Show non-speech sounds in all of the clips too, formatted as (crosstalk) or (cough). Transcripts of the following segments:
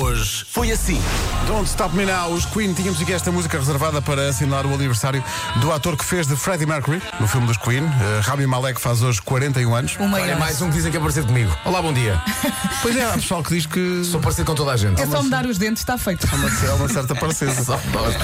Hoje foi assim. Don't Stop Me Now, os Queen. Tínhamos aqui esta música reservada para assinalar o aniversário do ator que fez de Freddie Mercury no filme dos Queen. Eh, Rami Malek faz hoje 41 anos. O Olha, maior. mais um que dizem que é parecido comigo. Olá, bom dia. (laughs) Pois é, há pessoal que diz que Sou parecido com toda a gente. um É um só mudar os dentes, está (laughs) feito. há uma certa parecência.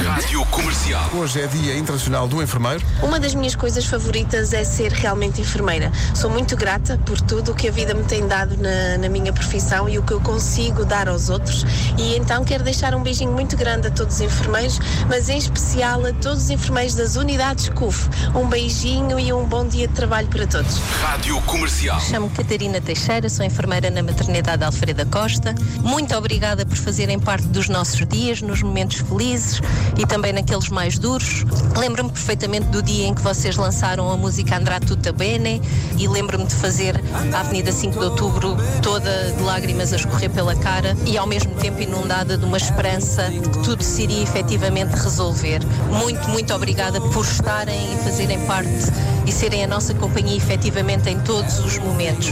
Rádio Comercial. Hoje é Dia Internacional do Enfermeiro. Uma das minhas coisas favoritas é ser realmente enfermeira. Sou muito grata por tudo o que a vida me tem dado na, na minha profissão e o que eu consigo dar aos outros. E então quero deixar um beijinho muito grande a todos os enfermeiros, mas em especial a todos os enfermeiros das unidades CUF. Um beijinho e um bom dia de trabalho para todos. Rádio Comercial. Chamo-me Catarina Teixeira, sou enfermeira na maternidade Alfreda Costa. Muito obrigada por fazerem parte dos nossos dias, nos momentos felizes e também naqueles mais duros. Lembro-me perfeitamente do dia em que vocês lançaram a música Andrá Tuta Bene e lembro-me de fazer a Avenida 5 de Outubro toda de lágrimas a escorrer pela cara e ao mesmo tempo inundada de uma esperança de que tudo se iria efetivamente resolver. Muito, muito obrigada por estarem e fazerem parte e serem a nossa companhia efetivamente em todos os momentos.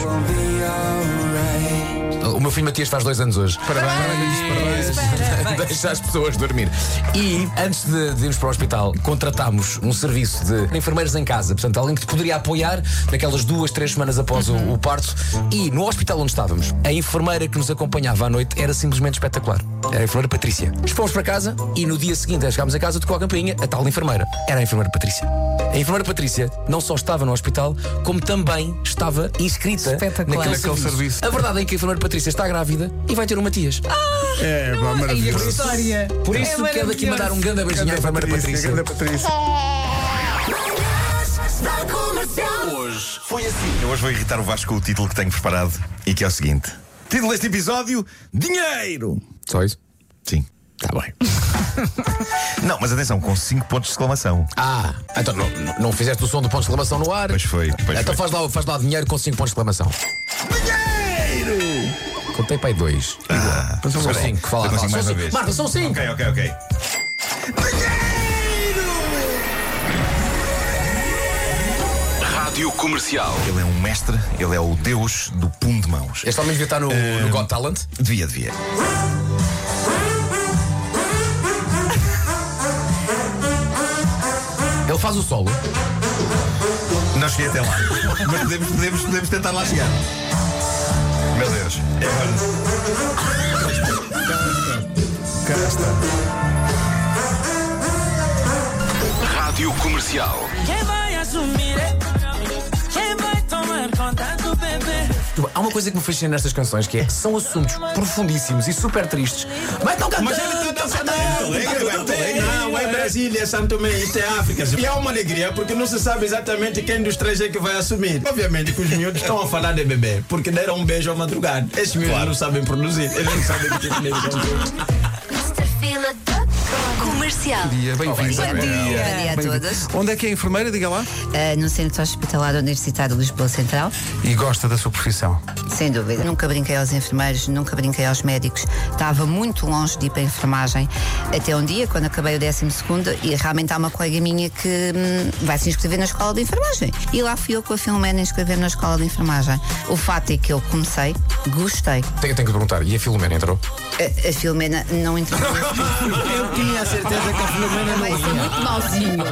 O meu filho Matias faz dois anos hoje. Parabéns, parabéns. Deixa as pessoas dormir. E antes de, de irmos para o hospital, contratámos um serviço de enfermeiros em casa, portanto, alguém que te poderia apoiar naquelas duas, três semanas após Uhum. o, o parto. E no hospital onde estávamos, a enfermeira que nos acompanhava à noite era simplesmente espetacular. Era a enfermeira Patrícia. Nós Fomos para casa e no dia seguinte chegámos a casa, tocou a campainha, a tal enfermeira. Era a enfermeira Patrícia. A enfermeira Patrícia não só estava no hospital, como também estava inscrita Espetacular. naquele, Naquele serviço. A verdade é que a enfermeira Patrícia está grávida e vai ter um Matias. É, pá, Ai, a maravilhoso. história. Por isso é quero aqui maravilhoso. mandar um grande beijinho à enfermeira Patrícia. grande Patrícia. Hoje foi assim. Eu hoje vou irritar o Vasco com o título que tenho preparado e que é o seguinte: Título deste episódio: Dinheiro! Só isso? Sim. Tá Está bem. (laughs) Não, mas atenção, com 5 pontos de exclamação. Ah, então não, não- não fizeste o som do ponto de exclamação no ar. Pois foi, pois então foi. faz lá, faz lá dinheiro com 5 pontos de exclamação. Dinheiro! Contei para aí dois. Ah, São espera aí. 5, fala. Eu consigo mais fala. São uma cinco. vez. Marta, são 5. Ok, ok, ok. Rádio Comercial. Ele é um mestre, ele é o deus do pum de mãos. É, Este homem devia estar no, no Got Talent. Devia, devia. Ele faz o solo. Não cheguei até lá. mas podemos, podemos, podemos tentar lá chegar. Meu Deus. É agora. Rádio Comercial. Quem vai assumir? é? Quem vai tomar conta do bebê? Há uma coisa que me fascina nestas canções que é são assuntos profundíssimos e super tristes. Mas estão cantando, estão Não, é Brasília, é Santo Tomé, isto é África. E é uma alegria porque não se sabe exatamente quem dos três é que vai assumir. Obviamente que os miúdos estão a falar de bebê, porque deram um beijo à madrugada. Esses miúdos não sabem produzir, eles não sabem o que é que eles vão produzir. Comercial. Bem-vindo. Bom dia. Bom dia a todos. Onde é que é a enfermeira? Diga lá. Ah, no Centro Hospitalar Universitário de Lisboa Central, E gosta da sua profissão. sem dúvida. Nunca brinquei aos enfermeiros, nunca brinquei aos médicos. Estava muito longe de ir para a enfermagem. Até um dia, quando acabei o 12 e realmente há uma colega minha que hum, vai se inscrever na escola de enfermagem. E lá fui eu com a Filomena inscrever na escola de enfermagem. O fato é que eu comecei, gostei. Tenho, tenho que perguntar, e a Filomena entrou? A, a Filomena não entrou. (laughs) Eu tinha a certeza que a Filomena Vai ser muito malzinho.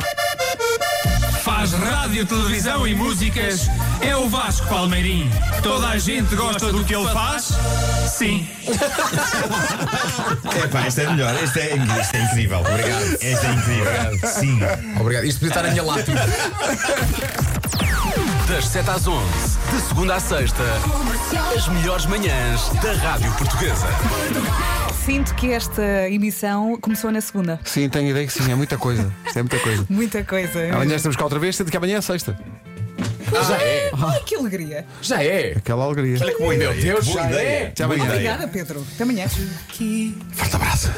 Faz rádio, televisão e músicas. É o Vasco Palmeirim. Toda a gente gosta do que ele faz? Sim. Epá, este é melhor. Este é, este é incrível. Obrigado. Este é incrível. Sim. Obrigado. Isto podia estar na minha lápide. Das 7 às 11, de segunda à sexta, as melhores manhãs da Rádio Portuguesa. Sinto que esta emissão começou na segunda. Sim, tenho ideia que sim. É muita coisa. Isto é muita coisa. Muita coisa. Amanhã estamos cá outra vez, sendo que amanhã é sexta. Ah, Já é. Ai, que alegria. Já é. Aquela alegria. Boa Meu ideia, Deus, boa já ideia. é. Até amanhã. Obrigada, Pedro. Até amanhã. Forte abraço.